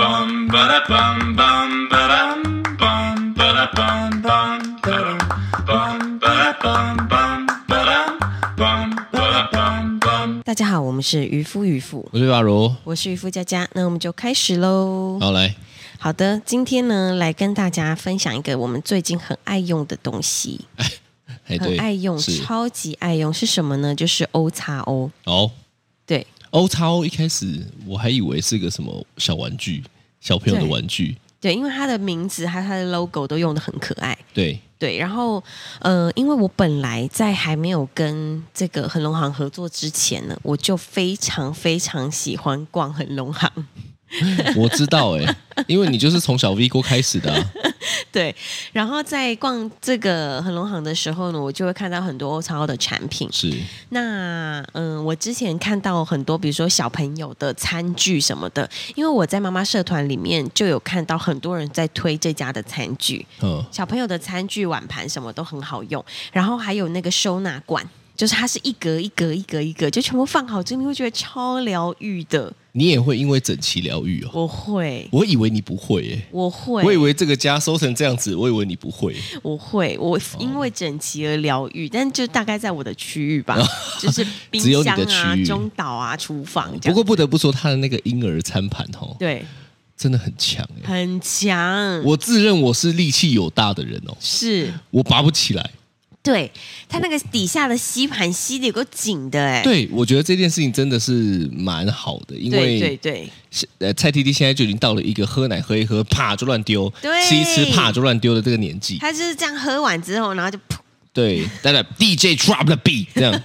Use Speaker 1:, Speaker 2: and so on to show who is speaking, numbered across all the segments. Speaker 1: bum ba da bum bum ba dum bum ba da bum bum ba dum bum ba da bum bum ba dum bum ba da bum bum
Speaker 2: 大家好，我们是渔夫渔妇，
Speaker 3: 我是法如，
Speaker 2: 我是渔夫佳佳，那我们就开始喽。
Speaker 3: 好来，
Speaker 2: 好的，今天呢，来跟大家分享一个我们最近很爱用的东西，
Speaker 3: 哎
Speaker 2: 很
Speaker 3: 对，
Speaker 2: 爱用，
Speaker 3: 是
Speaker 2: 超级爱用，是什么呢？就是 O 叉 O，
Speaker 3: 哦。
Speaker 2: 对，
Speaker 3: 欧超一开始我还以为是个什么小玩具，小朋友的
Speaker 2: 对
Speaker 3: 玩具，
Speaker 2: 对，因为它的名字还有它的 logo 都用的很可爱。
Speaker 3: 对，
Speaker 2: 对，然后呃，因为我本来在还没有跟这个恒隆行合作之前呢，我就非常非常喜欢逛恒隆行。
Speaker 3: 我知道哎、 因为你就是从小 V 锅开始 的、啊，
Speaker 2: 对，然后在逛这个恒隆行的时候呢，我就会看到很多欧超的产品。
Speaker 3: 是
Speaker 2: 那嗯，我之前看到很多，比如说小朋友的餐具什么的，因为我在妈妈社团里面就有看到很多人在推这家的餐具，
Speaker 3: 嗯，
Speaker 2: 小朋友的餐具、碗盘什么都很好用，然后还有那个收纳罐。就是它是一格一格一格一格，就全部放好，真的会觉得超疗愈的。
Speaker 3: 你也会因为整齐疗愈哦。
Speaker 2: 我会，
Speaker 3: 我以为你不会耶、
Speaker 2: 我会，
Speaker 3: 我以为这个家收成这样子，我以为你不会。
Speaker 2: 我会，我
Speaker 3: 哦
Speaker 2: 因为整齐而疗愈，但就大概在我的区域吧， 就是冰
Speaker 3: 哦只有你
Speaker 2: 箱
Speaker 3: 的
Speaker 2: 啊
Speaker 3: 区、域
Speaker 2: 中岛啊、厨房这
Speaker 3: 不
Speaker 2: 样。
Speaker 3: 过不得不说，他的那个婴儿餐盘哦，
Speaker 2: 对，
Speaker 3: 真的很强哎、
Speaker 2: 很强，
Speaker 3: 我自认我是力气有大的人哦，
Speaker 2: 是
Speaker 3: 我拔不起来。
Speaker 2: 对它那个底下的吸盘吸的有够紧的哎、
Speaker 3: 对，我觉得这件事情真的是蛮好的，因
Speaker 2: 对
Speaker 3: 为
Speaker 2: 对对
Speaker 3: 是呃，蔡弟弟现在就已经到了一个喝奶喝一喝啪就乱丢，
Speaker 2: 对
Speaker 3: 吃一吃啪就乱丢的这个年纪。
Speaker 2: 它就是这样喝完之后，然后就噗，
Speaker 3: 对，当然 DJ drop the beat 这样，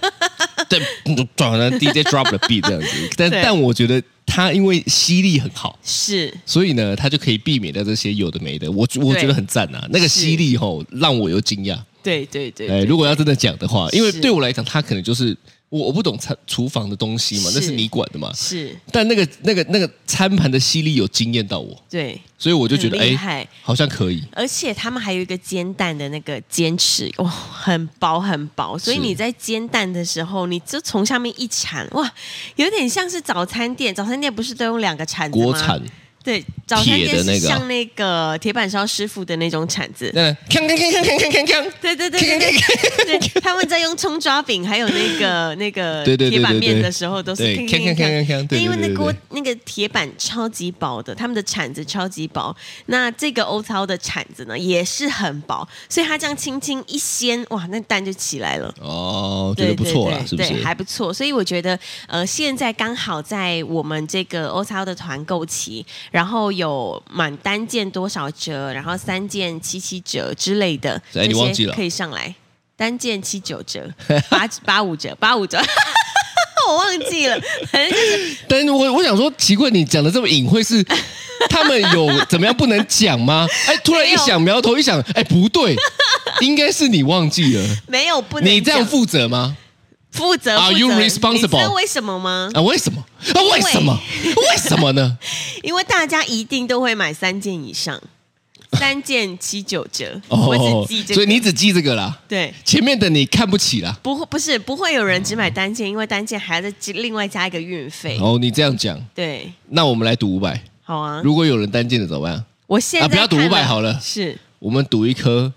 Speaker 3: 对，嗯转了 DJ drop the beat 这样子。但
Speaker 2: 对
Speaker 3: 但我觉得他因为吸力很好，
Speaker 2: 是
Speaker 3: 所以呢，他就可以避免掉这些有的没的。我我觉得很赞啊，那个
Speaker 2: 是
Speaker 3: 吸力吼、让我有惊讶。
Speaker 2: 对对对
Speaker 3: 哎，
Speaker 2: 对
Speaker 3: 如果要真的讲的话，因为
Speaker 2: 是
Speaker 3: 对我来讲，他可能就是我我不懂餐厨房的东西嘛，那
Speaker 2: 是
Speaker 3: 是你管的嘛。
Speaker 2: 是，
Speaker 3: 但那个那个那个餐盘的吸力有惊艳到我，
Speaker 2: 对，
Speaker 3: 所以我就觉得
Speaker 2: 很厉
Speaker 3: 哎。
Speaker 2: 害。
Speaker 3: 好像可以，
Speaker 2: 而且他们还有一个煎蛋的那个煎匙，哇、很薄很薄，所以
Speaker 3: 是
Speaker 2: 你在煎蛋的时候，你就从上面一铲，哇，有点像是早餐店，早餐店不是都用两个铲子吗？
Speaker 3: 国产，
Speaker 2: 对，早餐店
Speaker 3: 铁的那
Speaker 2: 是
Speaker 3: 个啊
Speaker 2: 像那个铁板烧师傅的那种铲子。
Speaker 3: 那锵锵锵锵锵锵锵锵，
Speaker 2: 对对对对对，对他们在用葱抓饼，还有那个 那个
Speaker 3: 对对对对
Speaker 2: 铁板面
Speaker 3: 对
Speaker 2: 的时候，都是
Speaker 3: 对
Speaker 2: 锵
Speaker 3: 锵锵锵锵锵对对
Speaker 2: 因为那
Speaker 3: 对对
Speaker 2: 锅
Speaker 3: 对
Speaker 2: 那个铁板超级薄的，他们的铲子超级薄。那这个欧超的铲子呢，也是很薄，所以它这样轻轻一掀，哇，那蛋就起来了。
Speaker 3: 哦，觉
Speaker 2: 对
Speaker 3: 得不错啦，
Speaker 2: 对
Speaker 3: 是不
Speaker 2: 对，
Speaker 3: 是？
Speaker 2: 还不错。所以我觉得，呃，现在刚好在我们这个 O 超的团购期，然后有满单件多少折，然后三件七七折之类的，
Speaker 3: 哎你
Speaker 2: 这些
Speaker 3: 忘记了
Speaker 2: 可以上来单件七九 折，八八五折，八五折。 我忘记了，反正就是
Speaker 3: 但是我我想说，奇怪，你讲的这么隐晦 是，他们有怎么样不能讲吗？哎，突然
Speaker 2: 没
Speaker 3: 一
Speaker 2: 有
Speaker 3: 想苗头一想，哎，不对，应该是你忘记了，
Speaker 2: 没有不能
Speaker 3: 你这样
Speaker 2: 讲
Speaker 3: 负责吗？
Speaker 2: 负责
Speaker 3: Are
Speaker 2: 负责
Speaker 3: you
Speaker 2: 你知道
Speaker 3: responsible？
Speaker 2: 为什么吗？
Speaker 3: 啊，为什么？啊，为什么？为什么呢？
Speaker 2: 因为大家一定都会买三件以上，三件七九折，
Speaker 3: 哦
Speaker 2: 我只记，这个，
Speaker 3: 所以你只记这个啦，
Speaker 2: 对。
Speaker 3: 前面的你看不起啦。
Speaker 2: 不会，不是不会有人只买单件，因为单件还要再加另外加一个运费。
Speaker 3: 哦，你这样讲，
Speaker 2: 对，
Speaker 3: 那我们来赌五百，
Speaker 2: 好啊。
Speaker 3: 如果有人单进的怎么办？
Speaker 2: 我现在
Speaker 3: 啊不要赌
Speaker 2: 看
Speaker 3: 500好了
Speaker 2: 是
Speaker 3: 我们赌一颗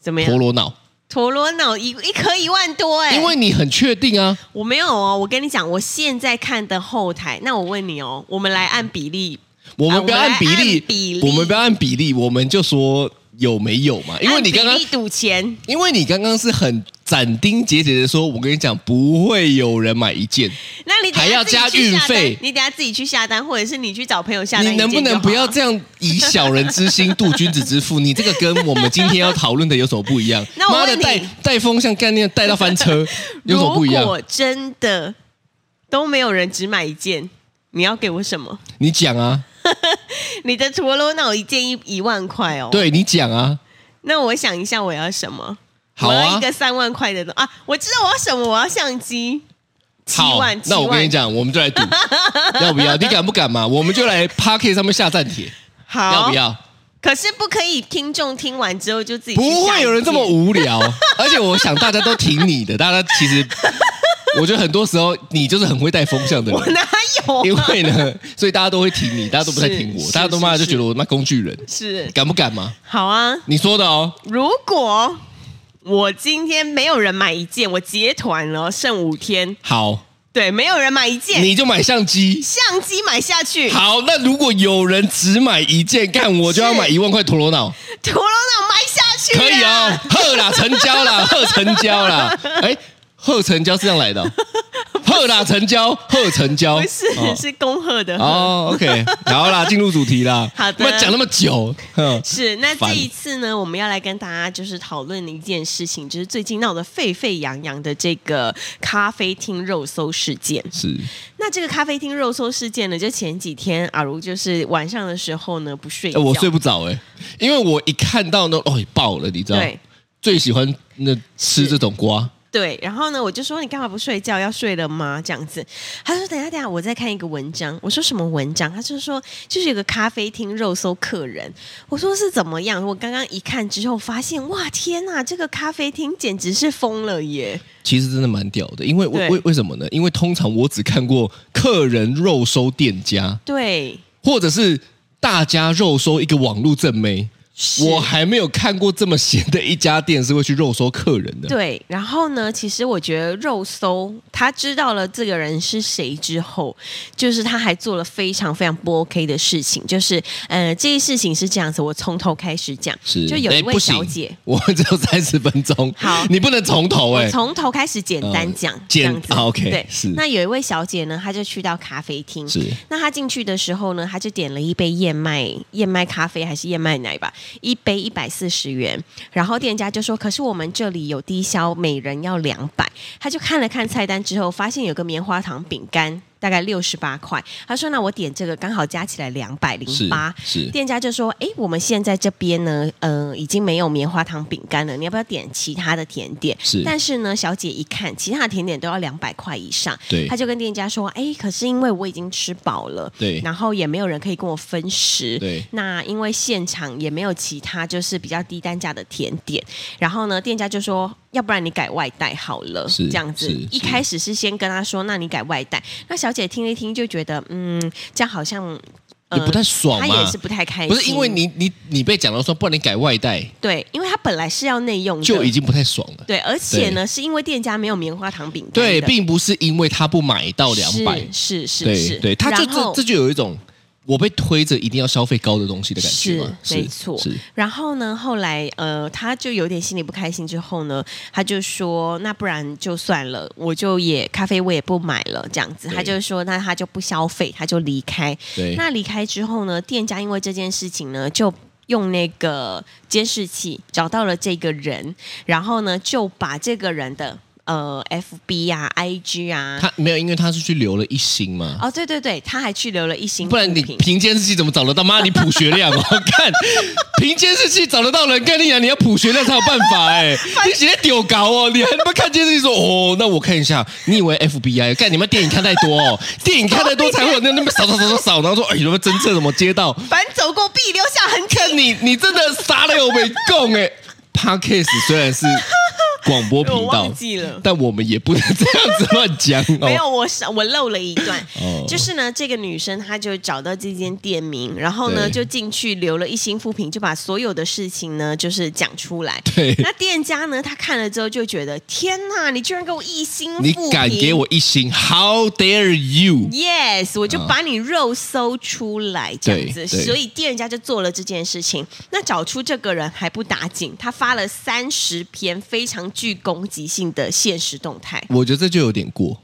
Speaker 2: 怎么样？
Speaker 3: 陀螺脑，
Speaker 2: 陀螺脑一一颗一万多哎、
Speaker 3: 因为你很确定啊。
Speaker 2: 我没有哦。我跟你讲，我现在看的后台，那我问你哦，我们来按比例，
Speaker 3: 我
Speaker 2: 啊
Speaker 3: 们不要按比
Speaker 2: 我们来按比例
Speaker 3: 例，我们不要按比例，我们就说有没有嘛？因为你刚
Speaker 2: 按
Speaker 3: 刚
Speaker 2: 比，例赌钱，
Speaker 3: 因为你刚刚是很斩钉截铁的说，我跟你讲，不会有人买一件。
Speaker 2: 那你等下
Speaker 3: 还要
Speaker 2: 自己
Speaker 3: 加
Speaker 2: 去
Speaker 3: 运
Speaker 2: 下单
Speaker 3: 费
Speaker 2: 你等下自己去下单，或者是你去找朋友下单一
Speaker 3: 你
Speaker 2: 件就好
Speaker 3: 能
Speaker 2: 了。
Speaker 3: 不能不要这样以小人之心度君子之腹？你这个跟我们今天要讨论的有什么不一样？
Speaker 2: 那我
Speaker 3: 妈的
Speaker 2: 问你
Speaker 3: 带带风向概念带到翻 车，有什么不一
Speaker 2: 如
Speaker 3: 样？
Speaker 2: 果真的都没有人只买一件，你要给我什么？
Speaker 3: 你讲啊，
Speaker 2: 你的陀螺脑一件一一万块哦。，
Speaker 3: 对你讲啊，
Speaker 2: 那我想一下我要什么？
Speaker 3: 好
Speaker 2: 我
Speaker 3: 啊
Speaker 2: 要一个三万块的东啊！我知道我要什么，我要相机。七
Speaker 3: 好
Speaker 2: 万，，
Speaker 3: 那我
Speaker 2: 七万
Speaker 3: 跟你，讲，我们就来赌，要不要？你敢不敢嘛？我们就来 Pocket 上面下站帖，
Speaker 2: 好，
Speaker 3: 要不？要？
Speaker 2: 可是不可以，听众听完之后就自己去
Speaker 3: 不
Speaker 2: 下一
Speaker 3: 会有人这么
Speaker 2: 件
Speaker 3: 无聊，而且我想大家都挺你的，大家其实，我觉得很多时候你就是很会带风向的
Speaker 2: 我
Speaker 3: 人。
Speaker 2: 哪有、啊？
Speaker 3: 因为呢，所以大家都会挺你，大家都不太挺
Speaker 2: 是
Speaker 3: 我，
Speaker 2: 是
Speaker 3: 大家都妈
Speaker 2: 是
Speaker 3: 就是觉得我他妈工具人，
Speaker 2: 是
Speaker 3: 敢不敢嘛？
Speaker 2: 好啊。
Speaker 3: 你说的哦，
Speaker 2: 如果我今天没有人买一件，我结团了，剩五天，
Speaker 3: 好，
Speaker 2: 对，没有人买一件，
Speaker 3: 你就买相机。
Speaker 2: 相机买下去，
Speaker 3: 好，那如果有人只买一件，干我就要买
Speaker 2: 是
Speaker 3: 一万块陀螺脑，
Speaker 2: 陀螺脑买下去，啊
Speaker 3: 可以哦，，贺啦，成交 啦，贺成交啦，哎，贺成交是这样来的 哦，贺啦，成交，贺成交，
Speaker 2: 不是、
Speaker 3: 哦
Speaker 2: 是恭贺的贺。
Speaker 3: 哦，OK，好啦，进入主题啦。
Speaker 2: 好的
Speaker 3: 不要讲那么久，哼
Speaker 2: 是，那这
Speaker 3: 烦
Speaker 2: 一次呢，我们要来跟大家就是讨论一件事情，就是最近闹得沸沸扬扬的这个咖啡厅肉搜事件。
Speaker 3: 是
Speaker 2: 那这个咖啡厅肉搜事件呢，就前几天阿如就是晚上的时候呢不睡
Speaker 3: 哎
Speaker 2: 觉，
Speaker 3: 我睡不着哎，因为我一看到那哦爆了，你知道，
Speaker 2: 对
Speaker 3: 最喜欢那吃这种瓜，
Speaker 2: 对，然后呢，我就说你干嘛不睡觉？要睡了吗？这样子，他说等一下等一下，我在看一个文章。我说什么文章？他就说就是有个咖啡厅肉搜客人。我说是怎么样？我刚刚一看之后发现，哇天呐，这个咖啡厅简直是疯了耶！
Speaker 3: 其实真的蛮屌的。因为
Speaker 2: 对
Speaker 3: 为为为什么呢？因为通常我只看过客人肉收店家，
Speaker 2: 对，
Speaker 3: 或者是大家肉收一个网络正妹，
Speaker 2: 是
Speaker 3: 我还没有看过这么闲的一家店是会去肉收客人的。
Speaker 2: 对，然后呢？其实我觉得肉搜他知道了这个人是谁之后，就是他还做了非常非常不 OK 的事情，就是呃，这些事情是这样子，我从头开始讲，
Speaker 3: 是，
Speaker 2: 就有一
Speaker 3: 哎
Speaker 2: 位
Speaker 3: 不行
Speaker 2: 小姐，
Speaker 3: 我们只有三十分钟，
Speaker 2: 好
Speaker 3: 你不能从头哎、
Speaker 2: 我从头开始简单讲，
Speaker 3: 呃
Speaker 2: 这
Speaker 3: 简
Speaker 2: 样子、
Speaker 3: 啊，OK，
Speaker 2: 对，
Speaker 3: 是
Speaker 2: 那有一位小姐呢，她就去到咖啡厅，
Speaker 3: 是
Speaker 2: 那她进去的时候呢，她就点了一杯燕麦燕麦咖啡还是燕麦奶吧，一杯一百四十元，然后店家就说，可是我们这里有低消，每人要两百，她就看了看菜单之后，发现有个棉花糖饼干。大概六十八块，她说：“那我点这个刚好加起来两百零八。”
Speaker 3: 是是
Speaker 2: 店家就说：“哎，我们现在这边呢，呃，已经没有棉花糖饼干了，你要不要点其他的甜点？”
Speaker 3: 是
Speaker 2: 但是呢，小姐一看，其他的甜点都要两百块以上，
Speaker 3: 对
Speaker 2: 她就跟店家说：“哎，可是因为我已经吃饱了，
Speaker 3: 对
Speaker 2: 然后也没有人可以跟我分食，
Speaker 3: 对
Speaker 2: 那因为现场也没有其他就是比较低单价的甜点，然后呢，店家就说。”要不然你改外带好了，
Speaker 3: 是
Speaker 2: 这样子
Speaker 3: 是。
Speaker 2: 一
Speaker 3: 是
Speaker 2: 开始是先跟她说，那你改外带。那小姐听了一听，就觉得，嗯，这样好像呃
Speaker 3: 也不太爽
Speaker 2: 她
Speaker 3: 嘛
Speaker 2: 也是不太嗯开心。
Speaker 3: 哦不是因为你你你被讲到说，不然你改外带
Speaker 2: 对，因为她本来是要内用的，
Speaker 3: 就已经不太爽了。
Speaker 2: 对，而且呢，是因为店家没有棉花糖饼干的，
Speaker 3: 对，并不是因为他不买到两百，
Speaker 2: 是是是
Speaker 3: 对
Speaker 2: 是，
Speaker 3: 对，他就
Speaker 2: 然后
Speaker 3: 这这就有一种我被推着一定要消费高的东西的感觉嘛，
Speaker 2: 是没错
Speaker 3: 是
Speaker 2: 然后呢，后来呃，他就有点心里不开心，之后呢，他就说，那不然就算了，我就也咖啡我也不买了，这样子，
Speaker 3: 对
Speaker 2: 他就说，那他就不消费，他就离开。
Speaker 3: 对
Speaker 2: 那离开之后呢，店家因为这件事情呢，就。用那个监视器找到了这个人，然后呢就把这个人的呃 FB 啊、IG 啊，
Speaker 3: 他没有，因为他是去留了一星嘛。
Speaker 2: 哦对对对，他还去留了一星
Speaker 3: 不然
Speaker 2: 负
Speaker 3: 你
Speaker 2: 评
Speaker 3: 凭监视器怎么找得到？妈，你普学亮哦！ 看凭监视器找得到人，概念啊，你要普学亮才有办法 哎、你直接丢搞哦！你还他妈看监视器说哦？那我看一下，你以为 FBI？干你们电影看太 多哦，电影看太多才会有那那么扫扫扫扫扫，然后说哎，你们侦测怎么接到？
Speaker 2: 反正走过必留下痕迹。
Speaker 3: 看你，你真的杀了我没供哎！Podcast 虽然是广播 频
Speaker 2: 我
Speaker 3: 道
Speaker 2: 忘，记了。
Speaker 3: 但我们也不能这样子乱讲哦。
Speaker 2: 没有，我是我漏了一段，
Speaker 3: 哦
Speaker 2: 就是呢，这个女生她就找到这间店名，然后呢
Speaker 3: 对
Speaker 2: 就进去留了一星复评，就把所有的事情呢就是讲出来。
Speaker 3: 对
Speaker 2: 那店家呢，他看了之后就觉得，天哪，你居然给我一星复
Speaker 3: 你
Speaker 2: 评，
Speaker 3: 敢给我一星？How dare you！
Speaker 2: Yes，我就
Speaker 3: 啊
Speaker 2: 把你肉搜出来这样子，
Speaker 3: 对对
Speaker 2: 所以店家就做了这件事情。那找出这个人还不打紧，他发了三十篇非常具攻击性的现实动态，
Speaker 3: 我觉得这就有点过。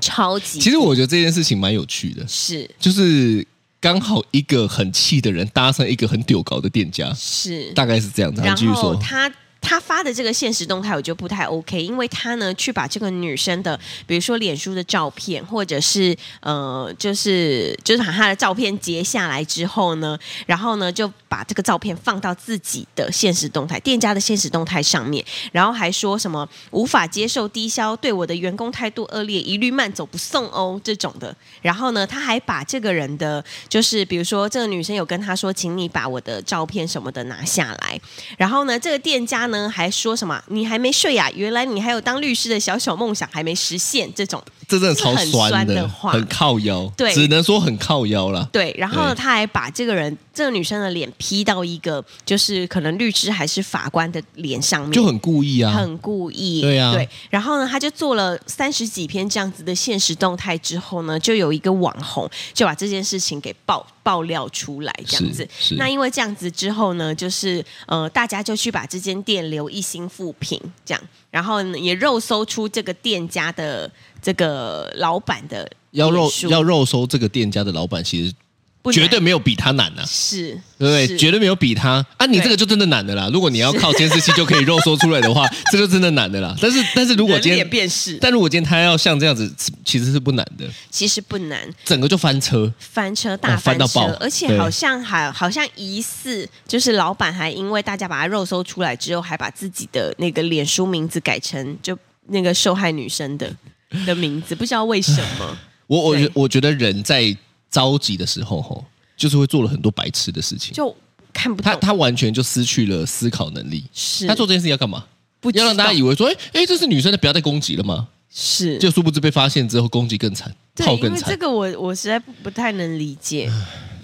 Speaker 2: 超级
Speaker 3: 其实我觉得这件事情蛮有趣的，
Speaker 2: 是
Speaker 3: 就是刚好一个很气的人搭上一个很丢搞的店家，
Speaker 2: 是，
Speaker 3: 大概是这样子。好
Speaker 2: 然
Speaker 3: 继续
Speaker 2: 后
Speaker 3: 说，
Speaker 2: 他。他发的这个现实动态，我觉得不太 OK，因为他呢去把这个女生的，比如说脸书的照片，或者是呃，就是就是把她的照片截下来之后呢，然后呢就把把这个照片放到自己的现实动态、店家的现实动态上面，然后还说什么无法接受低消，对我的员工态度恶劣，一律慢走不送哦这种的。然后呢，他还把这个人的，就是比如说这个女生有跟他说，请你把我的照片什么的拿下来。然后呢，这个店家呢还说什么你还没睡呀、原来你还有当律师的小小梦想还没实现这种。
Speaker 3: 这真的超
Speaker 2: 这很酸
Speaker 3: 的，
Speaker 2: 的话
Speaker 3: 很靠腰，
Speaker 2: 对
Speaker 3: 只能说很靠腰啦。
Speaker 2: 对，然后呢，
Speaker 3: 对
Speaker 2: 他还把这个人，这个女生的脸 P 到一个，就是可能律师还是法官的脸上面，
Speaker 3: 就很故意啊，
Speaker 2: 很故意，
Speaker 3: 对啊
Speaker 2: 对。然后呢，他就做了三十几篇这样子的现实动态之后呢，就有一个网红就把这件事情给爆爆料出来，这样子
Speaker 3: 是是。
Speaker 2: 那因为这样子之后呢，就是呃，大家就去把这间店留一星复评，这样，然后呢也肉搜出这个店家的这个老板的
Speaker 3: 要肉
Speaker 2: 脸书
Speaker 3: 要肉搜这个店家的老板，其实
Speaker 2: 不
Speaker 3: 绝
Speaker 2: 难
Speaker 3: 对没有比他难啊。
Speaker 2: 是，
Speaker 3: 对不对？
Speaker 2: 是
Speaker 3: 绝对没有比他啊！你
Speaker 2: 对
Speaker 3: 这个就真的难的啦。如果你要靠监视器就可以肉搜出来 的话，这就真的难的啦。但是，但是如果
Speaker 2: 人
Speaker 3: 今
Speaker 2: 脸
Speaker 3: 天，
Speaker 2: 辨识，
Speaker 3: 但如果今天他要像这样子，其实是不难的，
Speaker 2: 其实不难，
Speaker 3: 整个就翻车。
Speaker 2: 翻车大
Speaker 3: 哦翻到
Speaker 2: 车，
Speaker 3: 爆
Speaker 2: 而且
Speaker 3: 对
Speaker 2: 好像还好像疑似就是老板还因为大家把他肉搜出来之后，还把自己的那个脸书名字改成就那个受害女生的 的名字，不知道为什 么。
Speaker 3: 我我觉
Speaker 2: 对
Speaker 3: 我觉得人在着急的时候，吼，就是会做了很多白痴的事情。
Speaker 2: 就看不
Speaker 3: 他
Speaker 2: 懂。
Speaker 3: 他完全就失去了思考能力。
Speaker 2: 是
Speaker 3: 他做这件事情要干嘛？
Speaker 2: 不知
Speaker 3: 要
Speaker 2: 道
Speaker 3: 让大家以为说，哎哎，这是女生的，不要再攻击了吗？
Speaker 2: 是
Speaker 3: 就殊不知被发现之后，攻击更惨，
Speaker 2: 对，
Speaker 3: 炮
Speaker 2: 因
Speaker 3: 更
Speaker 2: 为这
Speaker 3: 惨，
Speaker 2: 个我我实在不不太能理解。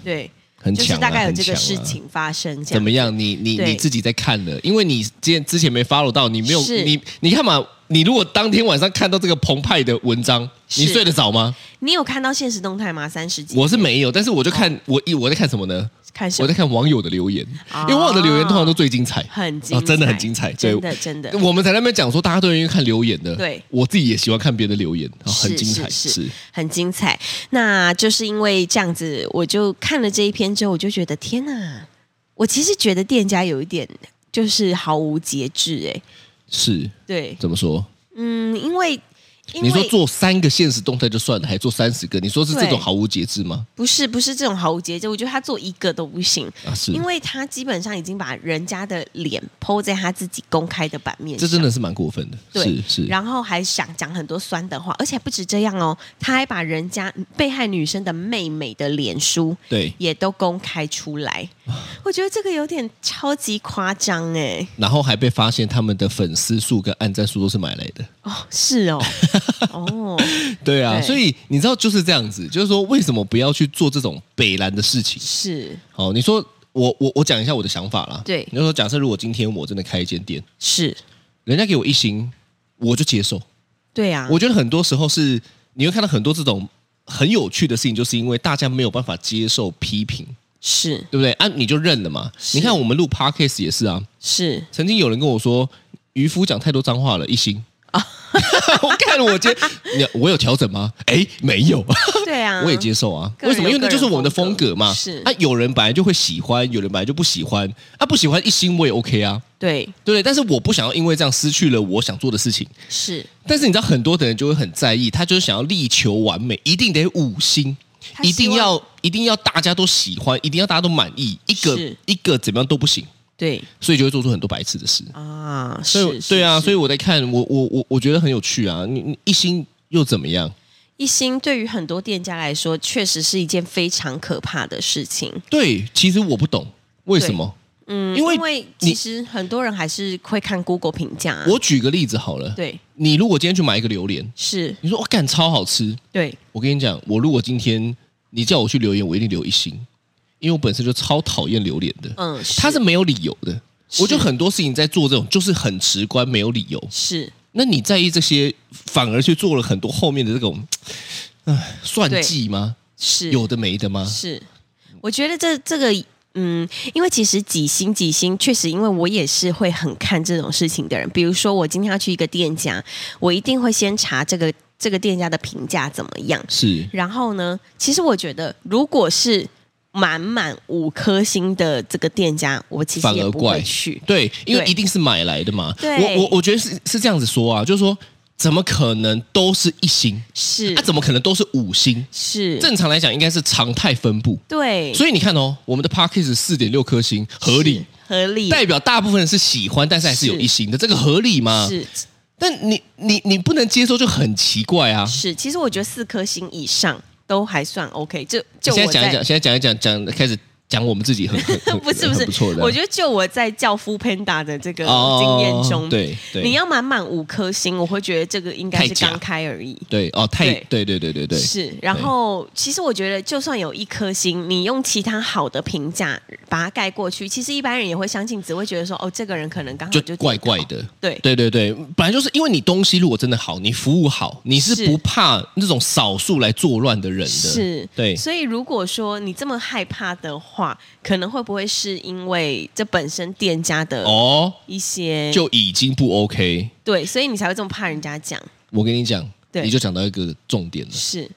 Speaker 2: 对，
Speaker 3: 很
Speaker 2: 就是
Speaker 3: 强啊。
Speaker 2: 大概有
Speaker 3: 很
Speaker 2: 这个
Speaker 3: 强啊
Speaker 2: 事情发生，这
Speaker 3: 怎
Speaker 2: 样
Speaker 3: 么样？你你
Speaker 2: 对
Speaker 3: 你自己在看了，因为你之前之前没 follow 到，你没有
Speaker 2: 是
Speaker 3: 你你看嘛，你如果当天晚上看到这个澎湃的文章，
Speaker 2: 是
Speaker 3: 你睡得着吗？
Speaker 2: 你有看到现实动态吗？三十几，
Speaker 3: 我是没有，但是我就看、
Speaker 2: 哦
Speaker 3: 我我在看什么呢？
Speaker 2: 看什
Speaker 3: 我
Speaker 2: 么
Speaker 3: 在看网友的留言，
Speaker 2: 啊
Speaker 3: 因为网友的留言通常都最精彩，
Speaker 2: 很精彩
Speaker 3: 哦真的很精彩，对
Speaker 2: 真的真的
Speaker 3: 我们在那边讲说大家都愿意看留言的，
Speaker 2: 对
Speaker 3: 我自己也喜欢看别人的留言，啊
Speaker 2: 是
Speaker 3: 很精彩，
Speaker 2: 是是很精彩。那就是因为这样子，我就看了这一篇之后，我就觉得天哪！我其实觉得店家有一点就是毫无节制、哎，
Speaker 3: 是
Speaker 2: 对，
Speaker 3: 怎么说？
Speaker 2: 嗯，因为因为
Speaker 3: 你说做三个现实动态就算了，还做三十个，你说是这
Speaker 2: 对
Speaker 3: 种毫无节制吗？
Speaker 2: 不是不是这种毫无节制，我觉得他做一个都不行，
Speaker 3: 啊，是，
Speaker 2: 因为他基本上已经把人家的脸剖在他自己公开的版面
Speaker 3: 这
Speaker 2: 上，
Speaker 3: 真的是蛮过分的，
Speaker 2: 对
Speaker 3: 是是。
Speaker 2: 然后还想讲很多酸的话，而且不止这样哦，他还把人家被害女生的妹妹的脸书
Speaker 3: 对，
Speaker 2: 也都公开出来，我觉得这个有点超级夸张哎！
Speaker 3: 然后还被发现他们的粉丝数跟按赞数都是买来的。
Speaker 2: 哦，是哦， 哦，
Speaker 3: 对啊，
Speaker 2: 对
Speaker 3: 所以你知道就是这样子，就是说为什么不要去做这种北蓝的事情？
Speaker 2: 是
Speaker 3: 哦，你说我我我讲一下我的想法啦。
Speaker 2: 对
Speaker 3: 你就说假设如果今天我真的开一间店，
Speaker 2: 是，
Speaker 3: 人家给我一星，我就接受。
Speaker 2: 对啊，
Speaker 3: 我觉得很多时候是你会看到很多这种很有趣的事情，就是因为大家没有办法接受批评，
Speaker 2: 是
Speaker 3: 对不对？啊，你就认了嘛。
Speaker 2: 是
Speaker 3: 你看我们录 podcast 也是啊，
Speaker 2: 是
Speaker 3: 曾经有人跟我说，渔夫讲太多脏话了，一星。
Speaker 2: 啊
Speaker 3: 我看了我接，你我有调整吗？哎，没有，
Speaker 2: 对啊，
Speaker 3: 我也接受啊。
Speaker 2: 个人
Speaker 3: 为什么？因为那就是我们的风格嘛。
Speaker 2: 有个人风格是
Speaker 3: 啊，有人本来就会喜欢，有人本来就不喜欢。啊，不喜欢一星我也 OK 啊，
Speaker 2: 对
Speaker 3: 对不对？但是我不想要因为这样失去了我想做的事情。
Speaker 2: 是，
Speaker 3: 但是你知道，很多的人就会很在意，他就是想要力求完美，一定得五星，
Speaker 2: 他
Speaker 3: 一定
Speaker 2: 希望
Speaker 3: 要一定要大家都喜欢，一定要大家都满意，一个
Speaker 2: 是
Speaker 3: 一个怎么样都不行，
Speaker 2: 对
Speaker 3: 所以就会做出很多白痴的事。
Speaker 2: 啊，
Speaker 3: 所以
Speaker 2: 是，
Speaker 3: 对啊，所
Speaker 2: 以
Speaker 3: 以我在看，我我我我觉得很有趣啊。你你一星又怎么样？
Speaker 2: 一心对于很多店家来说，确实是一件非常可怕的事情。
Speaker 3: 对，其实我不懂为什么。
Speaker 2: 嗯，
Speaker 3: 因为
Speaker 2: 其
Speaker 3: 你
Speaker 2: 实很多人还是会看 Google 评价、啊，
Speaker 3: 我举个例子好了，
Speaker 2: 对
Speaker 3: 你如果今天去买一个榴莲，
Speaker 2: 是，
Speaker 3: 你说我干超好吃，
Speaker 2: 对
Speaker 3: 我跟你讲，我如果今天你叫我去留言，我一定留一星，因为我本身就超讨厌榴莲的。
Speaker 2: 嗯是
Speaker 3: 它是没有理由的。
Speaker 2: 是
Speaker 3: 我觉得很多事情在做这种就是很直观，没有理由。
Speaker 2: 是，
Speaker 3: 那你在意这些，反而去做了很多后面的这种，唉，算计吗？
Speaker 2: 是
Speaker 3: 有的没的吗？
Speaker 2: 是，我觉得这这个。嗯，因为其实几星几星，确实，因为我也是会很看这种事情的人。比如说，我今天要去一个店家，我一定会先查这个这个店家的评价怎么样。
Speaker 3: 是
Speaker 2: 然后呢，其实我觉得，如果是满满五颗星的这个店家，我其实
Speaker 3: 反
Speaker 2: 也
Speaker 3: 而
Speaker 2: 不会
Speaker 3: 怪
Speaker 2: 去。
Speaker 3: 对，因为
Speaker 2: 对
Speaker 3: 一定是买来的嘛。
Speaker 2: 对
Speaker 3: 我我我觉得是是这样子说啊，就是说怎么可能都是一星？
Speaker 2: 是
Speaker 3: 它、怎么可能都是五星？
Speaker 2: 是，
Speaker 3: 啊正常来讲应该是常态分布。
Speaker 2: 对，
Speaker 3: 所以你看哦，我们的 p a c k a g e 四点六颗星合理
Speaker 2: 是，合理，
Speaker 3: 代表大部分人是喜欢，但是还是有一星的，这个合理吗？
Speaker 2: 是
Speaker 3: 但你你你不能接受就很奇怪啊！
Speaker 2: 是，其实我觉得四颗星以上都还算 OK。就就
Speaker 3: 现
Speaker 2: 我
Speaker 3: 在讲一
Speaker 2: 在
Speaker 3: 讲，现在讲一讲，讲开始讲我们自己很很 很
Speaker 2: 不是不
Speaker 3: 很
Speaker 2: 是
Speaker 3: 不错的啊，
Speaker 2: 我觉得就我在教夫 Panda 的这个
Speaker 3: 哦
Speaker 2: 经验中，
Speaker 3: 对对
Speaker 2: 你要满满五颗星，我会觉得这个应该
Speaker 3: 太
Speaker 2: 是
Speaker 3: 假
Speaker 2: 刚开而已。
Speaker 3: 对哦，太对
Speaker 2: 对
Speaker 3: 对对对对，
Speaker 2: 是，然后其实我觉得，就算有一颗星，你用其他好的评价把它盖过去，其实一般人也会相信，只会觉得说，哦，这个人可能刚好
Speaker 3: 就
Speaker 2: 就
Speaker 3: 怪
Speaker 2: 点
Speaker 3: 怪
Speaker 2: 头。
Speaker 3: 的。
Speaker 2: 对
Speaker 3: 对对对，本来就是因为你东西如果真的好，你服务好，你是
Speaker 2: 是
Speaker 3: 不怕那种少数来作乱的人的。
Speaker 2: 是，
Speaker 3: 对
Speaker 2: 所以如果说你这么害怕的话，可能会不会是因为这本身店家的
Speaker 3: 哦，
Speaker 2: 一些、
Speaker 3: 就已经不 OK。
Speaker 2: 对，所以你才会这么怕人家讲
Speaker 3: 我跟你讲，
Speaker 2: 对
Speaker 3: 你就讲到一个重点了，
Speaker 2: 是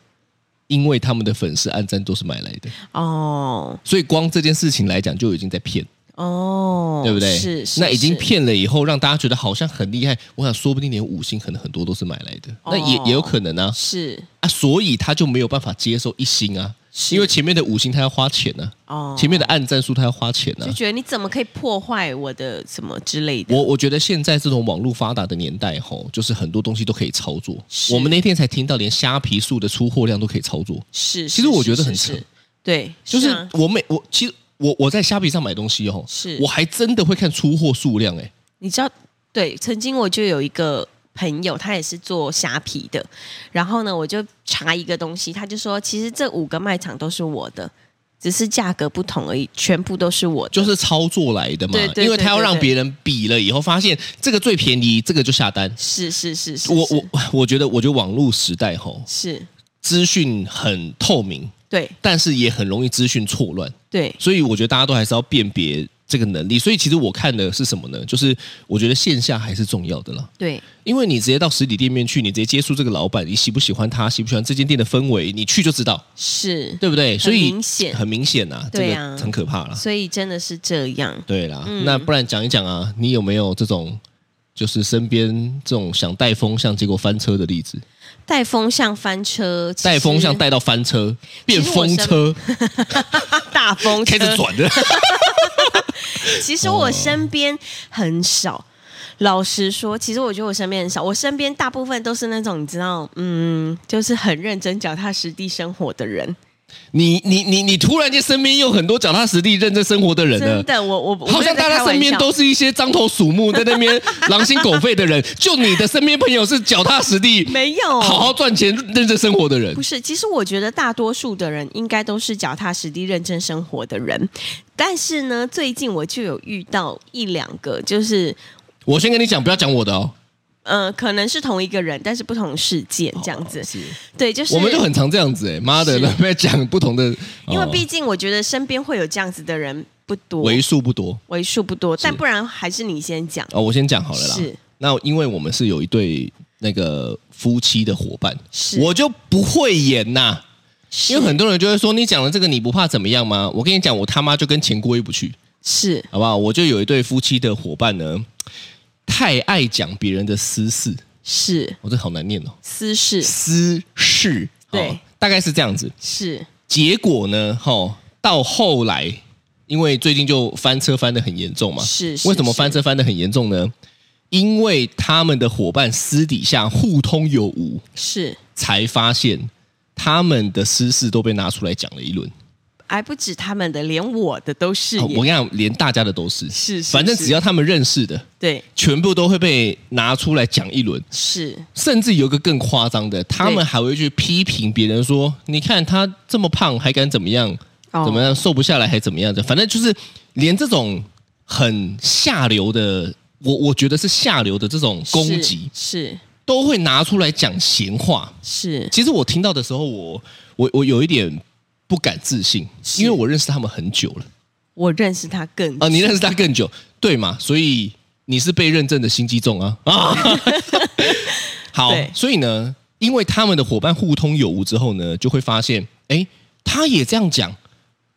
Speaker 3: 因为他们的粉丝暗赞都是买来的，
Speaker 2: 哦
Speaker 3: 所以光这件事情来讲就已经在骗，
Speaker 2: 哦，
Speaker 3: 对不对？
Speaker 2: 是，是
Speaker 3: 那已经
Speaker 2: 是
Speaker 3: 骗了以后，让大家觉得好像很厉害，我想说不定连五星可能很多都是买来的，那也、
Speaker 2: 哦
Speaker 3: 也有可能啊
Speaker 2: 是
Speaker 3: 啊，所以他就没有办法接受一星啊，
Speaker 2: 是
Speaker 3: 因为前面的五星他要花钱呢、
Speaker 2: 哦
Speaker 3: 前面的按战术他要花钱呢、
Speaker 2: 就觉得你怎么可以破坏我的什么之类的？
Speaker 3: 我我觉得现在这种网络发达的年代，吼，就是很多东西都可以操作。
Speaker 2: 是
Speaker 3: 我们那天才听到，连虾皮数的出货量都可以操作。
Speaker 2: 是，
Speaker 3: 其实我觉得很
Speaker 2: 是是
Speaker 3: 扯
Speaker 2: 是对，
Speaker 3: 就是
Speaker 2: 啊
Speaker 3: 我每我其实我我在虾皮上买东西哦，
Speaker 2: 是
Speaker 3: 我还真的会看出货数量哎、
Speaker 2: 你知道，对，曾经我就有一个朋友，他也是做虾皮的，然后呢，我就查一个东西，他就说，其实这五个卖场都是我的，只是价格不同而已，全部都是我的。
Speaker 3: 就是操作来的嘛。
Speaker 2: 对对
Speaker 3: 因为他要
Speaker 2: 对对
Speaker 3: 让
Speaker 2: 对
Speaker 3: 别人比了以后，发现这个最便宜，这个就下单。
Speaker 2: 是是是是，
Speaker 3: 我
Speaker 2: 是
Speaker 3: 我 我觉得，我觉得网络时代吼，
Speaker 2: 是
Speaker 3: 资讯很透明，
Speaker 2: 对
Speaker 3: 但是也很容易资讯错乱。
Speaker 2: 对
Speaker 3: 所以我觉得大家都还是要辨别这个能力。所以其实我看的是什么呢？就是我觉得线下还是重要的啦，
Speaker 2: 对
Speaker 3: 因为你直接到实体店面去，你直接接触这个老板，你喜不喜欢他，喜不喜欢这间店的氛围，你去就知道，
Speaker 2: 是，
Speaker 3: 对不对？所以
Speaker 2: 明显
Speaker 3: 很明显啊，这
Speaker 2: 对
Speaker 3: 个
Speaker 2: 啊
Speaker 3: 很可怕啦。
Speaker 2: 所以真的是这样。
Speaker 3: 对啦，
Speaker 2: 嗯
Speaker 3: 那不然讲一讲啊，你有没有这种？就是身边这种想带风向，结果翻车的例子，
Speaker 2: 带风向翻车，其实
Speaker 3: 带 风向带到翻车，变风车，
Speaker 2: 大风车
Speaker 3: 开始转的。
Speaker 2: 其实我身边很少。老实说，其实我觉得我身边很少，我身边大部分都是那种你知道，嗯，就是很认真、脚踏实地生活的人。
Speaker 3: 你你你你突然间身边有很多脚踏实地、认真生活的人了
Speaker 2: 真，的，我我我
Speaker 3: 好像大家身边都
Speaker 2: 是
Speaker 3: 是一些獐头鼠目在那边狼心狗肺的 人，就你的身边朋友是脚踏实地、
Speaker 2: 没有
Speaker 3: 好好赚钱、认真生活的人
Speaker 2: 不。是，其实我觉得大多数的人应该都是脚踏实地、认真生活的人。但是呢，最近我就有遇到一两个，就是
Speaker 3: 我先跟你讲，不要讲我的哦。
Speaker 2: 呃，可能是同一个人，但是不同事件这样子。
Speaker 3: 是
Speaker 2: 对，就是
Speaker 3: 我们就很常这样子哎、妈的，
Speaker 2: 是
Speaker 3: 那边讲不同的，
Speaker 2: 因为
Speaker 3: 哦
Speaker 2: 毕竟我觉得身边会有这样子的人不多，
Speaker 3: 为数不多
Speaker 2: 为数不多，但不然还是你先讲。
Speaker 3: 哦。我先讲好了啦。
Speaker 2: 是，
Speaker 3: 那因为我们是有一对那个夫妻的伙伴，
Speaker 2: 是
Speaker 3: 我就不会演呐、
Speaker 2: 是
Speaker 3: 因为很多人就会说你讲了这个你不怕怎么样吗？我跟你讲，我他妈就跟钱过意不去。
Speaker 2: 是
Speaker 3: 好不好？我就有一对夫妻的伙伴呢，太爱讲别人的私事，
Speaker 2: 是
Speaker 3: 我、这好难念哦，
Speaker 2: 私事
Speaker 3: 私事，
Speaker 2: 对
Speaker 3: 哦大概是这样子。
Speaker 2: 是
Speaker 3: 结果呢，哈、到后来，因为最近就翻车翻的很严重嘛，
Speaker 2: 是是
Speaker 3: 为什么翻车翻的很严重呢？因为他们的伙伴私底下互通有无，
Speaker 2: 是，
Speaker 3: 才发现他们的私事都被拿出来讲了一轮。
Speaker 2: 还哎不止他们的，连我的都是
Speaker 3: 哦我
Speaker 2: 耶。
Speaker 3: 跟你讲，连大家的都是，
Speaker 2: 是是
Speaker 3: 反正只
Speaker 2: 是
Speaker 3: 要他们认识的，
Speaker 2: 对，
Speaker 3: 全部都会被拿出来讲一轮，
Speaker 2: 是
Speaker 3: 甚至有一个更夸张的，他们还会去批评别人说：“你看他这么胖，还敢怎么样？
Speaker 2: 哦
Speaker 3: 怎么样瘦不下来还怎么样的？”反正就是连这种很下流的，我我觉得是下流的这种攻击，
Speaker 2: 是
Speaker 3: 都会拿出来讲闲话。
Speaker 2: 是
Speaker 3: 其实我听到的时候，我我我有一点不敢自信，因为我认识他们很久了
Speaker 2: 我认识他更
Speaker 3: 啊、你认识他更久，对嘛？所以你是被认证的心机重啊啊！ 好
Speaker 2: 对，
Speaker 3: 所以呢，因为他们的伙伴互通有无之后呢，就会发现，哎，他也这样讲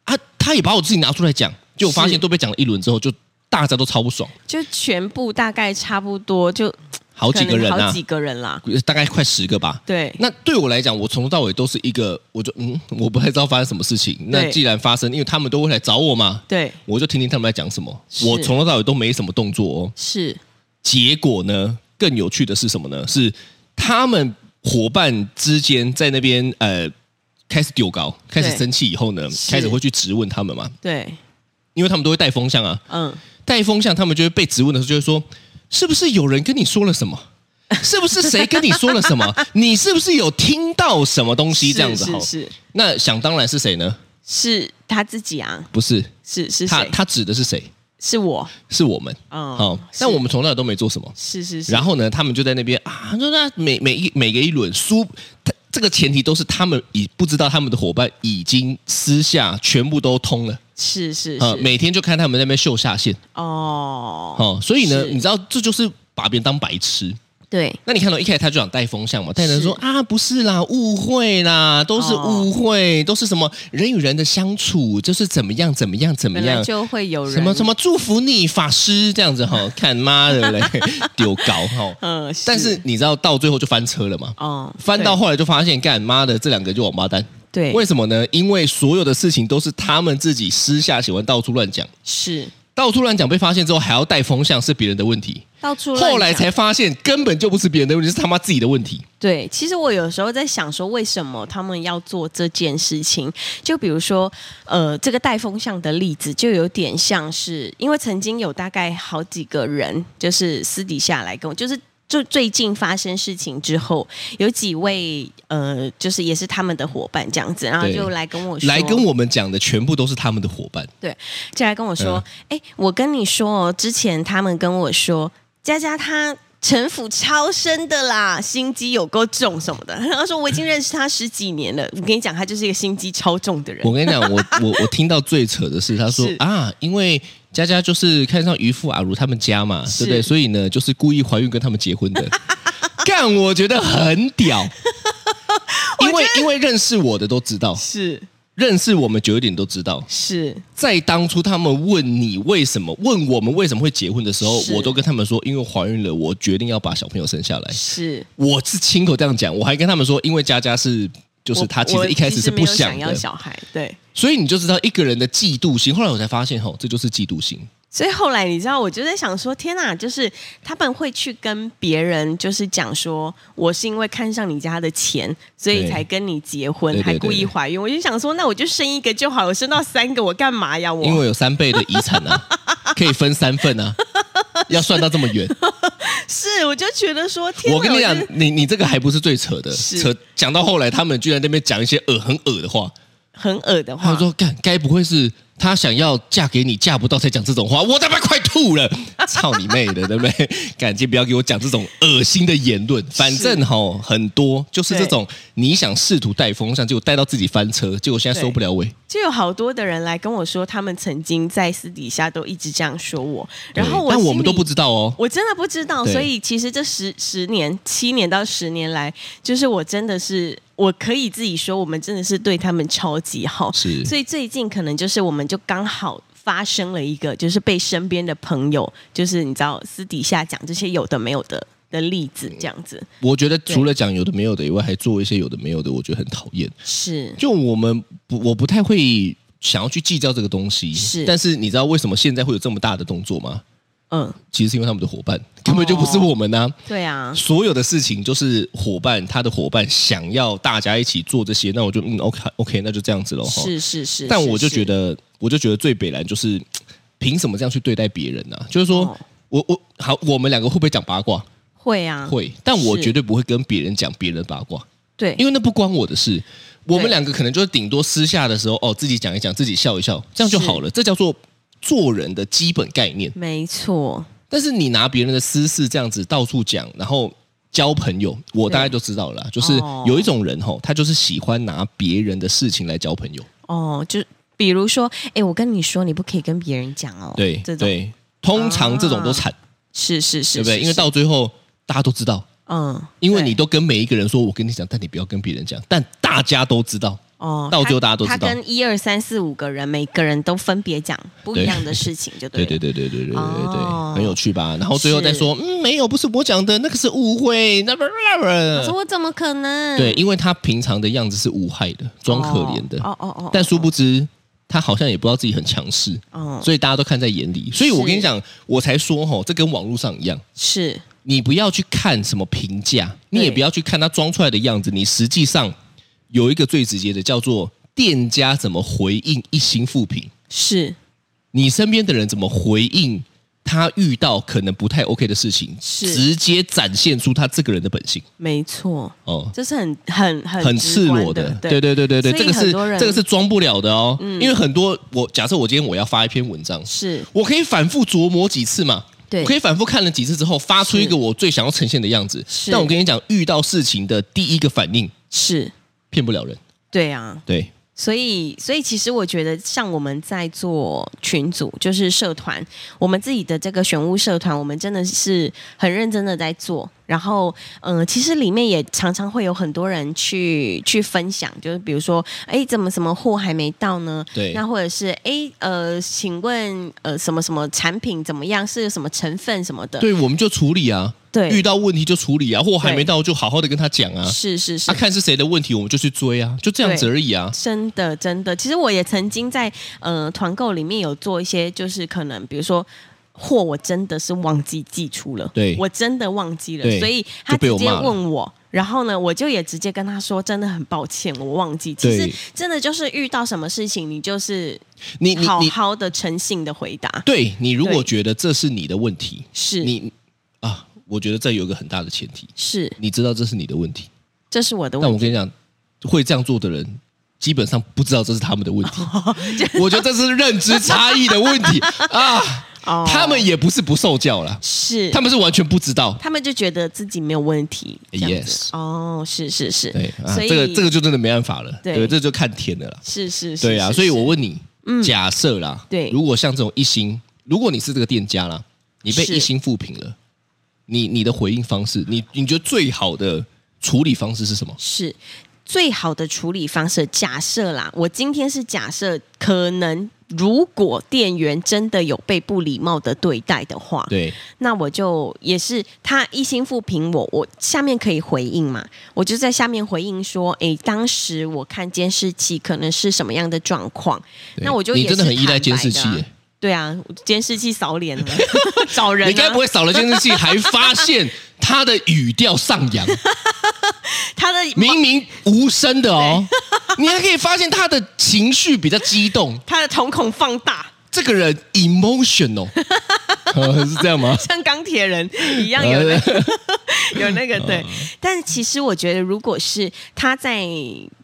Speaker 3: 啊，他也把我自己拿出来讲，就我发现
Speaker 2: 是
Speaker 3: 都被讲了一轮之后，就大家都超不爽，
Speaker 2: 就全部大概差不多就
Speaker 3: 好几个人
Speaker 2: 可能
Speaker 3: 啊
Speaker 2: 好，几个人啦。
Speaker 3: 大概快十个吧。
Speaker 2: 对
Speaker 3: 那对我来讲，我从头到尾都是一个，我就嗯，我不太知道发生什么事情。那既然发生，因为他们都会来找我嘛，
Speaker 2: 对，
Speaker 3: 我就听听他们在讲什么。
Speaker 2: 是
Speaker 3: 我从头到尾都没什么动作哦。
Speaker 2: 是
Speaker 3: 结果呢，更有趣的是什么呢？是他们伙伴之间在那边呃开始丢高，开始
Speaker 2: 对
Speaker 3: 生气以后呢，
Speaker 2: 是
Speaker 3: 开始会去质问他们嘛，
Speaker 2: 对，
Speaker 3: 因为他们都会带风向啊。
Speaker 2: 嗯，
Speaker 3: 带风向，他们就会被质问的时候，就会说：是不是有人跟你说了 什么？是不是谁跟你说了什么？你是不是有听到什么东西？
Speaker 2: 是
Speaker 3: 这样子
Speaker 2: 是
Speaker 3: 好，
Speaker 2: 是
Speaker 3: 那想当然是谁呢？
Speaker 2: 是他自己啊，
Speaker 3: 不是
Speaker 2: 是是
Speaker 3: 他，
Speaker 2: 谁？
Speaker 3: 他指的是谁？
Speaker 2: 是我，
Speaker 3: 是我们。
Speaker 2: 嗯
Speaker 3: 好、
Speaker 2: 是
Speaker 3: 那我们从来都没做什么。
Speaker 2: 是是是，
Speaker 3: 然后呢，他们就在那边啊，就那每每一每个一轮输，他这个前提都是他们已不知道他们的伙伴已经私下全部都通了，
Speaker 2: 是是
Speaker 3: 呃，
Speaker 2: 是，
Speaker 3: 每天就看他们在那边秀下限
Speaker 2: 哦，
Speaker 3: 哦，所以呢，
Speaker 2: 是
Speaker 3: 你知道这就是把别人当白痴。
Speaker 2: 对，
Speaker 3: 那你看到一开始他就想带风向嘛，带人说
Speaker 2: 是哦
Speaker 3: 啊不是啦，误会啦，都是误会，都是什么人与人的相处，就是怎么样怎么样怎么
Speaker 2: 本来
Speaker 3: 样，
Speaker 2: 就会有人
Speaker 3: 什么什，么祝福你法师这样子哈、 看妈的嘞，丢搞哈、
Speaker 2: 嗯，
Speaker 3: 但是你知道到最后就翻车了嘛？
Speaker 2: 哦，
Speaker 3: 翻到后来就发现，干妈的这两个就王八蛋。
Speaker 2: 对，
Speaker 3: 为
Speaker 2: 对
Speaker 3: 什么呢？因为所有的事情都是他们自己私下喜欢到处乱讲，
Speaker 2: 是
Speaker 3: 到处乱讲被发现之后还要带风向是别人的问题，
Speaker 2: 到处乱
Speaker 3: 后来
Speaker 2: 讲
Speaker 3: 才发现根本就不是别人的问题，是他妈自己的问题。
Speaker 2: 对，其实我有时候在想说，为什么他们要做这件事情？就比如说，呃，这个带风向的例子，就有点像是，因为曾经有大概好几个人，就是私底下来跟我，就是。就最近发生事情之后，有几位呃，就是也是他们的伙伴这样子，然后
Speaker 3: 对
Speaker 2: 就来跟我说，
Speaker 3: 来跟我们讲的全部都是他们的伙伴，
Speaker 2: 对，就来跟我
Speaker 3: 嗯
Speaker 2: 说，哎、我跟你说哦，之前他们跟我说，佳佳她城府超深的啦，心机有够重什么的。 然后说我已经认识他十几年了，我跟你讲，他就是一个心机超重的人
Speaker 3: 我。跟你讲，我我我听到最扯的是，他说
Speaker 2: 是
Speaker 3: 啊，因为佳佳就是看上渔夫阿如他们家嘛，
Speaker 2: 是
Speaker 3: 对不对？所以呢，就是故意怀孕跟他们结婚 的。干，我觉得很屌，因为因为认识我的都知道，
Speaker 2: 是
Speaker 3: 认识我们久一点都知道，
Speaker 2: 是
Speaker 3: 在当初他们问你为什么，问我们为什么会结婚的时候，
Speaker 2: 是
Speaker 3: 我都跟他们说，因为怀孕了，我决定要把小朋友生下来。
Speaker 2: 是，
Speaker 3: 我是亲口这样讲，我还跟他们说，因为佳佳是。就是
Speaker 2: 我
Speaker 3: 她其
Speaker 2: 我
Speaker 3: 实一开始是
Speaker 2: 没
Speaker 3: 不
Speaker 2: 有
Speaker 3: 想
Speaker 2: 想
Speaker 3: 的，
Speaker 2: 要小孩，对。
Speaker 3: 所以你就知道一个人的嫉妒心。后来我才发现，吼，这就是嫉妒心。
Speaker 2: 所以后来你知道，我就在想说，天哪，就是他们会去跟别人就是讲说，我是因为看上你家的钱，所以
Speaker 3: 对
Speaker 2: 才跟你结婚，
Speaker 3: 对对
Speaker 2: 还
Speaker 3: 对
Speaker 2: 故意
Speaker 3: 对
Speaker 2: 怀孕。我就想说，那我就生一个就好了，我生到三个我干嘛呀？
Speaker 3: 因
Speaker 2: 我
Speaker 3: 为有三倍的遗产 啊，可以分三份啊，要算到这么远。
Speaker 2: 是我就觉得说， 天哪，
Speaker 3: 我跟你讲
Speaker 2: 就是，
Speaker 3: 你你这个还不是最扯的，
Speaker 2: 是
Speaker 3: 扯讲到后来，他们居然在那边讲一些恶很恶的话。
Speaker 2: 很恶的
Speaker 3: 他
Speaker 2: 话
Speaker 3: 们，说：“干，该不会是他想要嫁给你，嫁不到才讲这种话？我他妈快吐了！ 操你妹的，对不对？赶紧不要给我讲这种恶心的言论。反正哈、很多就是这种你想试图带风向，结果带到自己翻车，结果现在收不了尾。
Speaker 2: 就有好多的人来跟我说，他们曾经在私底下都一直这样说我，然后
Speaker 3: 对
Speaker 2: 我
Speaker 3: 但我
Speaker 2: 心
Speaker 3: 们都
Speaker 2: 里
Speaker 3: 不知道哦。
Speaker 2: 我真的不知道，
Speaker 3: 对
Speaker 2: 所以其实这十十年、七年到十年来，就是我真的是，我可以自己说，我们真的是对他们超级好。
Speaker 3: 是
Speaker 2: 所以最近可能就是，我们就刚好发生了一个，就是被身边的朋友，就是你知道私底下讲这些有的没有的的例子，这样子
Speaker 3: 我觉得除了讲有的没有的以外，还做一些有的没有的，我觉得很讨厌。
Speaker 2: 是
Speaker 3: 就我们不，我不太会想要去计较这个东西。
Speaker 2: 是
Speaker 3: 但是你知道为什么现在会有这么大的动作吗？
Speaker 2: 嗯，
Speaker 3: 其实是因为他们的伙伴根本就不是
Speaker 2: 哦
Speaker 3: 我们呐、
Speaker 2: 对啊，
Speaker 3: 所有的事情就是伙伴，他的伙伴想要大家一起做这些，那我就嗯，OK OK，那就这样子喽。哈
Speaker 2: 是是是，
Speaker 3: 但
Speaker 2: 是
Speaker 3: 我就是觉得，我就觉得最北蓝就是凭什么这样去对待别人呢、啊就是说、
Speaker 2: 哦
Speaker 3: 我我好，我们两个会不会讲八卦？
Speaker 2: 会啊，
Speaker 3: 会，但我
Speaker 2: 是
Speaker 3: 绝对不会跟别人讲别人的八卦，
Speaker 2: 对，
Speaker 3: 因为那不关我的事。我们
Speaker 2: 对
Speaker 3: 两个可能就是顶多私下的时候，哦，自己讲一讲，自己笑一笑，这样就是好了。这叫做做人的基本概念。
Speaker 2: 没错，
Speaker 3: 但是你拿别人的私事这样子到处讲，然后交朋友，我大概就知道了啦。就是
Speaker 2: 哦
Speaker 3: 有一种人吼，他就是喜欢拿别人的事情来交朋友。
Speaker 2: 哦，就比如说，哎，我跟你说，你不可以跟别人讲哦，
Speaker 3: 对
Speaker 2: 这种。
Speaker 3: 对，通常这种都惨，
Speaker 2: 是是是，
Speaker 3: 对不对？
Speaker 2: 是
Speaker 3: 因为到最后大家都知道，
Speaker 2: 嗯，
Speaker 3: 因为
Speaker 2: 对
Speaker 3: 你都跟每一个人说，我跟你讲，但你不要跟别人讲，但大家都知道。
Speaker 2: 哦，
Speaker 3: 到最后
Speaker 2: 他
Speaker 3: 大家都知道
Speaker 2: 他跟一二三四五个人，每个人都分别讲不一样的事情，就对
Speaker 3: 对
Speaker 2: 了。
Speaker 3: 对对对对对对对
Speaker 2: 哦
Speaker 3: 对，很有趣吧？然后最后再说，嗯，没有，不是我讲的，那个是误会，那不
Speaker 2: 我说我怎么可能？
Speaker 3: 对，，因为他平常的样子是无害的，装可怜的，
Speaker 2: 哦哦哦，
Speaker 3: 但殊不知他好像也不知道自己很强势，
Speaker 2: 哦，
Speaker 3: 所以大家都看在眼里。所以我跟你讲，我才说吼，这跟网络上一样，
Speaker 2: 是
Speaker 3: 你不要去看什么评价，你也不要去看他装出来的样子，你实际上有一个最直接的叫做店家怎么回应一星负评，
Speaker 2: 是
Speaker 3: 你身边的人怎么回应。他遇到可能不太 OK 的事情，
Speaker 2: 是
Speaker 3: 直接展现出他这个人的本性
Speaker 2: 没错，
Speaker 3: 哦。
Speaker 2: 这是很很很
Speaker 3: 很
Speaker 2: 直
Speaker 3: 赤
Speaker 2: 观
Speaker 3: 裸
Speaker 2: 的
Speaker 3: 的，，对对对对对，
Speaker 2: 所以
Speaker 3: 这个
Speaker 2: 很
Speaker 3: 是
Speaker 2: 多人嗯
Speaker 3: 这个是装不了的哦。因为很多我假设我今天我要发一篇文章，
Speaker 2: 是
Speaker 3: 我可以反复琢磨几次嘛，
Speaker 2: 对
Speaker 3: 我可以反复看了几次之后，发出一个我最想要呈现的样子
Speaker 2: 是。
Speaker 3: 但我跟你讲，遇到事情的第一个反应
Speaker 2: 是，
Speaker 3: 骗不了人，
Speaker 2: 对啊，
Speaker 3: 对，
Speaker 2: 所以，所以其实我觉得，像我们在做群组，就是社团，我们自己的这个选物社团，我们真的是很认真的在做。然后，嗯、其实里面也常常会有很多人去去分享，就是比如说，哎，怎么什么货还没到呢？
Speaker 3: 对
Speaker 2: 那或者是，哎，呃，请问，呃，什么什么产品怎么样？是有什么成分什么的？
Speaker 3: 对，我们就处理啊，
Speaker 2: 对
Speaker 3: 遇到问题就处理啊，货还没到就好好的跟他讲啊，
Speaker 2: 是是是
Speaker 3: 他、啊、。看是谁的问题，我们就去追啊，就这样子而已啊。
Speaker 2: 真的，真的，其实我也曾经在呃团购里面有做一些，就是可能比如说。货我真的是忘记寄出了，
Speaker 3: 对
Speaker 2: 我真的忘记了，
Speaker 3: 对
Speaker 2: 所以他
Speaker 3: 就被
Speaker 2: 直
Speaker 3: 我
Speaker 2: 接
Speaker 3: 骂了
Speaker 2: 问我，然后呢，我就也直接跟他说，真的很抱歉，我忘记。其实
Speaker 3: 对
Speaker 2: 真的就是遇到什么事情，你就是
Speaker 3: 你你
Speaker 2: 好
Speaker 3: 你，
Speaker 2: 好的诚信的回答，
Speaker 3: 对你如
Speaker 2: 对
Speaker 3: 果觉得这是你的问题，
Speaker 2: 是
Speaker 3: 你啊，我觉得这有一个很大的前提，
Speaker 2: 是，
Speaker 3: 你知道这是你的问题，
Speaker 2: 这是我的
Speaker 3: 但
Speaker 2: 问
Speaker 3: 我跟你讲，会这样做的人。基本上不知道这是他们的问 题，我觉得这是认知差异的问题啊！
Speaker 2: 哦
Speaker 3: 他们也不是不受教啦，
Speaker 2: 是
Speaker 3: 他们是完全不知道。
Speaker 2: 他们就觉得自己没有问题这样子
Speaker 3: Yes
Speaker 2: 哦，是是是，
Speaker 3: 对啊，
Speaker 2: 所以
Speaker 3: 这个这个就真的没办法了，
Speaker 2: 对
Speaker 3: 对，这就看天的啦。
Speaker 2: 是是是，
Speaker 3: 对啊，
Speaker 2: 是
Speaker 3: 所以我
Speaker 2: 是
Speaker 3: 问你，假设啦，
Speaker 2: 对
Speaker 3: 如果像这种一星，如果你是这个店家啦，你被
Speaker 2: 是
Speaker 3: 一星复评了，你你的回应方式，你你觉得最好的处理方式是什么？
Speaker 2: 是最好的处理方式。假设啦，我今天是假设，可能如果店员真的有被不礼貌的对待的话，
Speaker 3: 对，
Speaker 2: 那我就也是他一心复评我，我下面可以回应嘛？我就在下面回应说，诶，当时我看监视器可能是什么样的状况，
Speaker 3: 对
Speaker 2: 那我就
Speaker 3: 你
Speaker 2: 也
Speaker 3: 真的
Speaker 2: 是
Speaker 3: 很依赖
Speaker 2: 坦
Speaker 3: 监
Speaker 2: 白的
Speaker 3: 视器
Speaker 2: 啊
Speaker 3: 耶
Speaker 2: 对啊，监视器扫 脸了，找人、啊。
Speaker 3: 你该不会扫了监视器还发现他的语调上 扬，
Speaker 2: 他的
Speaker 3: 明明无声的哦，你还可以发现他的情绪比较激动，
Speaker 2: 他的瞳孔放大？
Speaker 3: 这个人 emotional，呃是这样吗？
Speaker 2: 像钢铁人 一样有那个 有那个哦对，哦但其实我觉得，如果是他在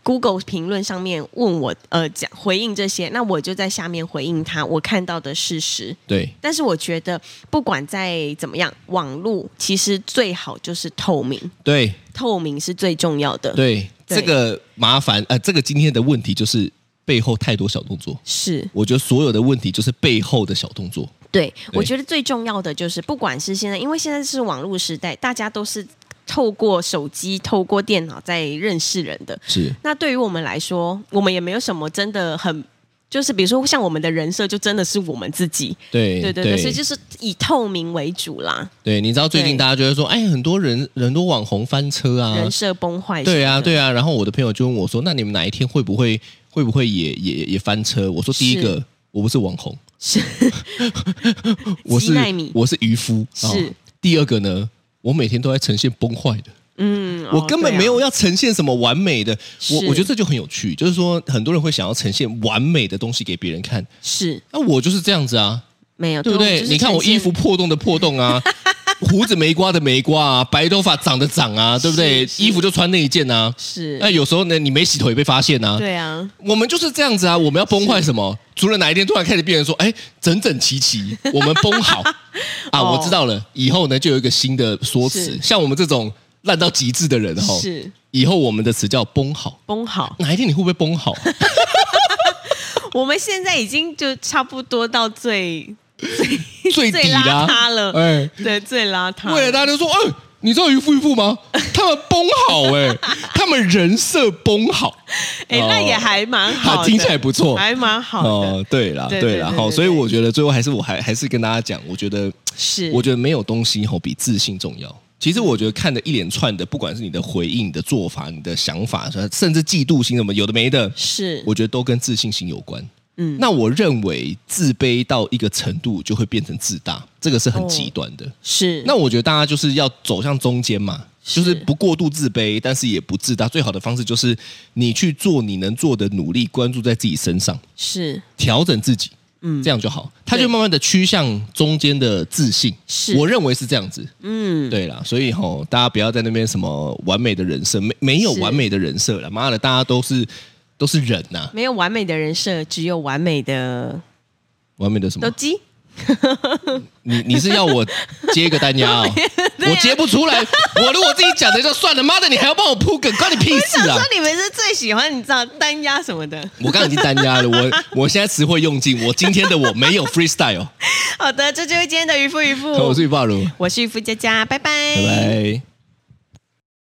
Speaker 2: Google 评论上面问我呃讲回应这些，那我就在下面回应他我看到的事实。
Speaker 3: 对，
Speaker 2: 但是我觉得，不管再怎么样，网络其实最好就是透明，
Speaker 3: 对，
Speaker 2: 透明是最重要的。，
Speaker 3: 对，
Speaker 2: 对
Speaker 3: 这个麻烦呃，这个今天的问题就是背后太多小动作。
Speaker 2: 是
Speaker 3: 我觉得所有的问题就是背后的小动作，
Speaker 2: 对，我觉得最重要的就是，不管是现在，因为现在是网络时代，大家都是透过手机、透过电脑在认识人的。
Speaker 3: 是
Speaker 2: 那对于我们来说，我们也没有什么真的很，就是比如说像我们的人设，就真的是我们自己。
Speaker 3: 对
Speaker 2: 对对对，所以就是以透明为主啦，
Speaker 3: 对你知道最近
Speaker 2: 对
Speaker 3: 大家就会说，哎，很多人很多网红翻车啊
Speaker 2: 人，设崩坏。
Speaker 3: 对啊
Speaker 2: 啊，
Speaker 3: 对啊。然后我的朋友就问我说，那你们哪一天会不会会不会也也也翻车？我说第一个
Speaker 2: 是
Speaker 3: 我不是网红，
Speaker 2: 是
Speaker 3: 我
Speaker 2: 几
Speaker 3: 是
Speaker 2: 奈米
Speaker 3: 我是渔夫，
Speaker 2: 是
Speaker 3: 哦第二个呢，我每天都在呈现崩坏的。
Speaker 2: 嗯，
Speaker 3: 我
Speaker 2: 哦啊
Speaker 3: 根本
Speaker 2: 对啊
Speaker 3: 没有要呈现什么完美的，我
Speaker 2: 是
Speaker 3: 我觉得这就很有趣，就是说很多人会想要呈现完美的东西给别人看，
Speaker 2: 是
Speaker 3: 那我就是这样子啊，
Speaker 2: 没有，
Speaker 3: 对不对？
Speaker 2: 就是
Speaker 3: 你看我
Speaker 2: 呈现
Speaker 3: 衣服破洞的破 洞啊，胡子没刮的没刮啊，白头发长的长啊，对不对？
Speaker 2: 是
Speaker 3: 衣服就穿那一件啊，
Speaker 2: 是
Speaker 3: 那，有时候呢，你没洗头也被发现啊。
Speaker 2: 对啊，
Speaker 3: 我们就是这样子啊，我们要崩坏什么？除了哪一天突然开始变成说，哎，整整 齐齐，我们崩好啊！
Speaker 2: 哦
Speaker 3: 我知道了，以后呢就有一个新的说辞
Speaker 2: 是，
Speaker 3: 像我们这种烂到极致的人哈，
Speaker 2: 是
Speaker 3: 以后我们的词叫崩好。
Speaker 2: 崩好。
Speaker 3: 哪一天你会不会 崩好？
Speaker 2: 我们现在已经就差不多到最最
Speaker 3: 最底啦
Speaker 2: 邋遢了，
Speaker 3: 哎，
Speaker 2: 对，最邋遢。
Speaker 3: 为了大家都说，哎，你知道渔夫渔夫吗？他们崩好 哎、他们人设崩好，
Speaker 2: 哎、那也还蛮好
Speaker 3: 好，
Speaker 2: 的，
Speaker 3: 哦听起来不错，
Speaker 2: 还蛮好的。
Speaker 3: 哦，对啦，
Speaker 2: 对
Speaker 3: 对啦，
Speaker 2: 对对
Speaker 3: 好，
Speaker 2: 对
Speaker 3: 所以
Speaker 2: 对
Speaker 3: 我觉得最后还是我还还是跟大家讲，我觉得
Speaker 2: 是，
Speaker 3: 我觉得没有东西吼比自信重要。其实我觉得看的一连串的，不管是你的回应、你的做法、你的想法，甚至嫉妒心什么有的没的，
Speaker 2: 是，
Speaker 3: 我觉得都跟自信心有关。
Speaker 2: 嗯
Speaker 3: 嗯，那我认为自卑到一个程度就会变成自大，这个是很极端的。
Speaker 2: 哦是
Speaker 3: 那我觉得大家就是要走向中间嘛，
Speaker 2: 是
Speaker 3: 就是不过度自卑，但是也不自大。最好的方式就是你去做你能做的努力，关注在自己身上，
Speaker 2: 是
Speaker 3: 调整自己，
Speaker 2: 嗯
Speaker 3: 这样就好。他
Speaker 2: 对
Speaker 3: 就慢慢的趋向中间的自信，
Speaker 2: 是
Speaker 3: 我认为是这样子。
Speaker 2: 嗯，
Speaker 3: 对啦，所以吼、大家不要在那边什么完美的人设，没没有
Speaker 2: 是
Speaker 3: 完美的人设了。妈的，大家都是都是人呐、
Speaker 2: 没有完美的人设，只有完美的
Speaker 3: 完美的什么
Speaker 2: 斗？鸡。
Speaker 3: 你你是要我接一个单 压、哦
Speaker 2: 啊
Speaker 3: 我接不出来。我如果自己讲的就算了，妈的，你还要帮我铺梗，关你屁
Speaker 2: 想
Speaker 3: 事啊
Speaker 2: 说！你们是最喜欢你知道单压什么的。
Speaker 3: 我刚刚已经单压了，我我现在词汇用尽，我今天的我没有
Speaker 2: 哦
Speaker 3: freestyle。
Speaker 2: 好的，这就是今天的渔夫渔夫，
Speaker 3: 我是雨霸如，
Speaker 2: 我是渔夫佳佳，拜拜
Speaker 3: 拜拜。